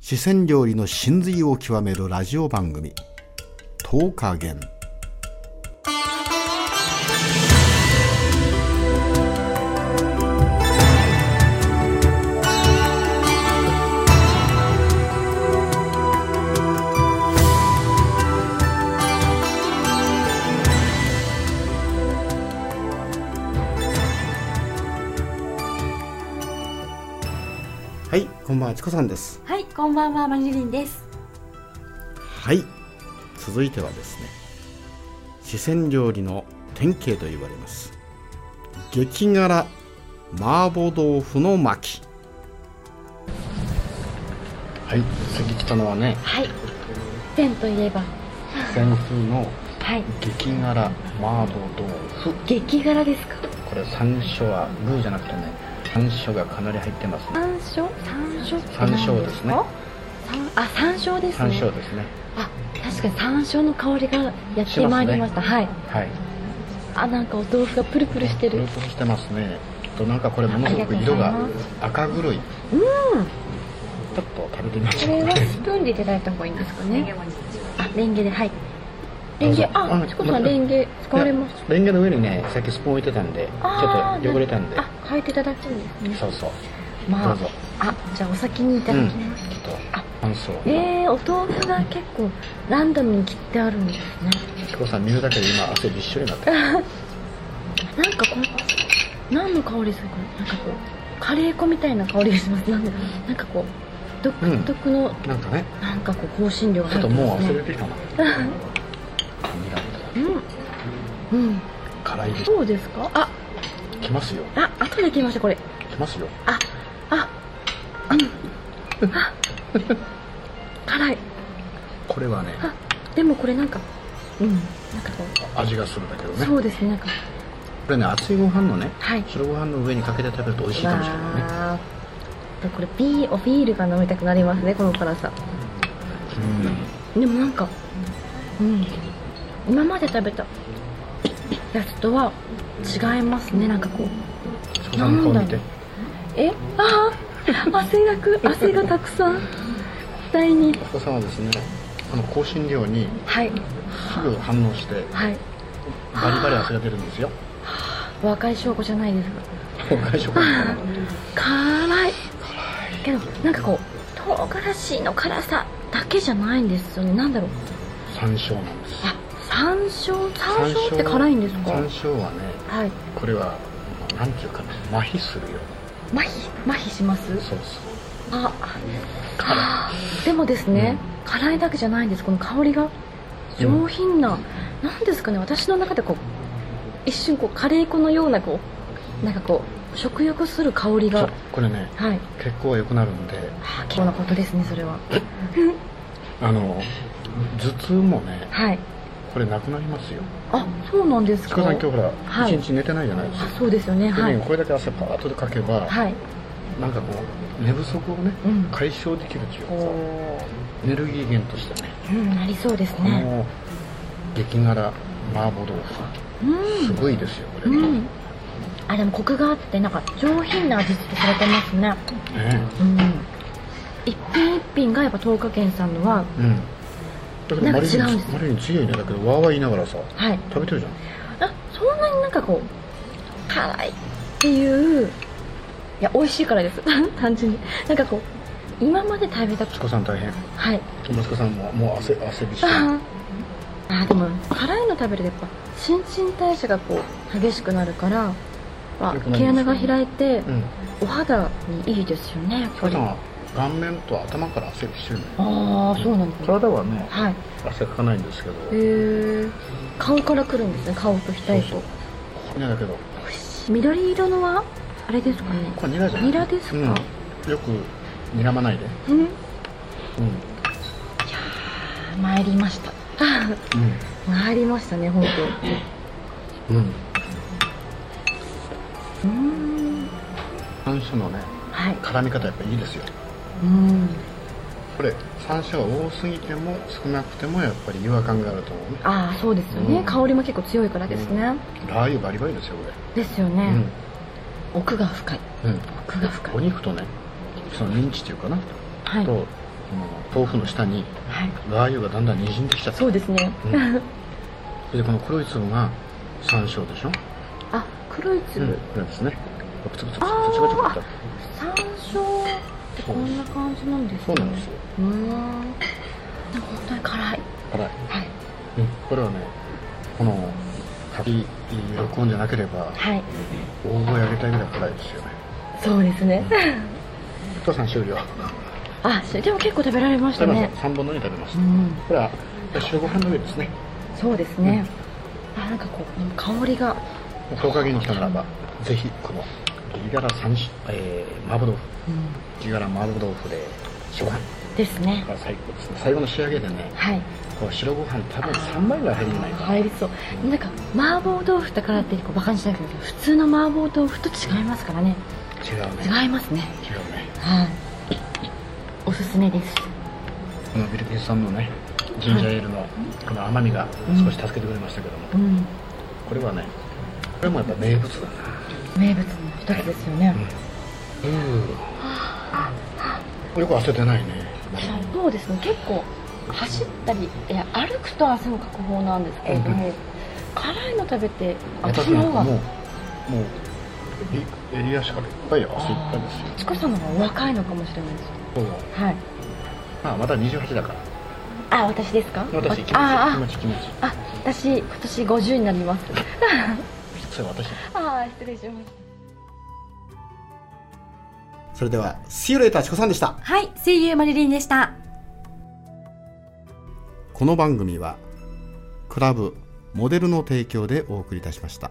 四川料理の真髄を極めるラジオ番組「10日元」はいこんばんはチコさんですはい、こんばんは、マリリンです。はい続いてはですね四川料理の典型と言われます激辛麻婆豆腐の巻はい次来たのはねはい。天といえば、先風のはい、激辛麻婆豆腐激辛ですか。これ山椒はグーじゃなくてね山椒がかなり入ってますね山椒、山椒って山何椒ですねか。山あ、山椒です山ね。椒ですねあ、確かに山椒の香りがやってまいりました。はい。はいあ、なんかお豆腐がプルプルしてプルる。プルしてますねとなんかこれものすごく色がありがとうござ赤黒いうんちょっと食べてみましこょれうはかスプーンでいただいた方がいいんですかね。あ、レンゲで、はい。レンゲ、どうあぞ、チコさん、レンゲ使われます。レンゲの上にねさっきスプーン置いてたんでちょあっーと汚れたんであ、変えていただくんですそね。うそうまどあうぞ、あ、じゃあお先にいただきます。ちょっとあ乾燥えー、お豆腐が結構ランダムに切ってあるんですね紀子さん見るだけで今汗びっしょりになってるなんかこう何の香りするかなんかこうカレー粉みたいな香りがしますなんでなんかこう独特の、なん かねなんかこう香辛料がちょっと入ってもうます忘れねてきたな 苦いうん、うん、辛いですそうですかあきますよあ後で来ましたこれきますよああうんあ辛いこれはねあでもこれなんかうんなんかこ味がするんだけどうねそうですねなんかこれね熱いご飯のねはい白ご飯の上にかけて食べると美味しいかもしれないねわーこれビーおビールが飲みたくなりますねこの辛さでもなんかうん今まで食べたやつとは違いますねなんかこううん紀子さんの顔見てえああ汗が く汗がたくさん額に紀子さんはですねあの香辛料にはいすぐ反応してはいバリバリ汗が出るん ですよ若い証拠じゃないですか外食みたいな辛いけどなんかこう唐辛子の辛さだけじゃないんですよねなんだろう山椒なんですあ山椒山椒って辛いんですか山椒はねはいこれはなんていうかな麻痺するよ麻痺麻痺しますそうそうああでもですね、辛いだけじゃないんですこの香りが上品な、なんですかね私の中でこう一瞬こうカレー粉のようなこうなんかこう食欲する香りそがうこれねはい血行が良くなるんであー結構なことですねそれはあの頭痛もねはいこれなくなりますよあそうなんです紀か子さん今日ほらはい一日寝てないじゃないですかあそうですよねでねはいこれだけ汗パーッとかけば、はいなんかこう寝不足をねうん解消できるっていうかおーエネルギー源としてねうんなりそうですこねの激辛麻婆豆うん腐すごいですよこれうは、ねんあでもコクがあってなんか上品な味付けされてますねうん一品一品がやっぱ東華軒さんのはうんだけどなんマかリリン違うんですマリリン強いねだけどわーわー言いながらさはい食べてるじゃんあそんなになんかこう辛いっていういや美味しいからです 単純になんかこう今まで食べたチコさん大変はい息子さんももう汗汗びっしょりあーあーでも辛いの食べるとやっぱ新陳代謝がこう激しくなるからまあよくなり毛ますね穴が開いてうんお肌にいいですよねやっチぱコりさんあは顔面と頭から汗びっしょりねあーそうなんですね体はねはい汗かかないんですけどへえ顔からくるんですね顔と額そうといやだけど美味しい緑色のはあれですかねこれニラじゃないニラですかうん、よく睨まないでうんいうんやー参りました参りましたね本うんうん当うーん山椒のねはい絡み方やっぱいいですようんこれ山椒が多すぎても少なくてもやっぱり違和感があると思うねああそうですよね、うん香りも結構強いからですね、ラー油バリバリですよこですよれね、奥が深いうん、うん、奥が深おい肉とねそのミンチっていうかな、はいとこの豆腐の下にはいラー油がだんだんにじんできちゃってそうですね、うんそれでこの黒い粒が山椒でしょ、あ黒い粒、これですねプツプツプツプツあーチコチコチと山椒ってこんな感じなんですそねうなんですようーんでも本当に辛い辛い、はいうんこれはねこの旅録音じゃなければはい大声上げたいぐらい辛いですよねそうですね、お父さん終了 あそれでも結構食べられまし食たべまねした3分の2食べましうた、んこれは白ご飯の上ですねそうですね、あなんかこう香りが東海に来たならばぜひこのギガラ三種、えー、麻婆豆腐ギガラ麻婆豆腐で白ご飯ですねが最高ですね最後の仕上げでねはいこう白ご飯多分3枚ぐらい入るんじゃないかな入りそうなんか麻婆豆腐だからってこうバカにしないけど普通の麻婆豆腐と違いますからね違うね違うね違いますねはいおすすめですこのビルキンさんのねジンジャーエールのこの甘みが少し助けてくれましたけども、うんこれはねこれもやっぱ名物だな名物の一つですよね、うんよく焦ってないねそうですね結構走ったりいや歩くと汗をかく方なんですけれども、辛いの食べて私私なのんか方もうもがうえ襟足からいっぱい汗いっぱいですよチコさんの方がお若いのかもしれないですそうはいまあまだ28だからあ私ですか私気持ち気あ持ち気持ちああ私今年50になりますそれ私ああ失礼しましたそれでは、See you later チコさんでした。はい、声優マリリンでした。この番組はクラブモデルの提供でお送りいたしました。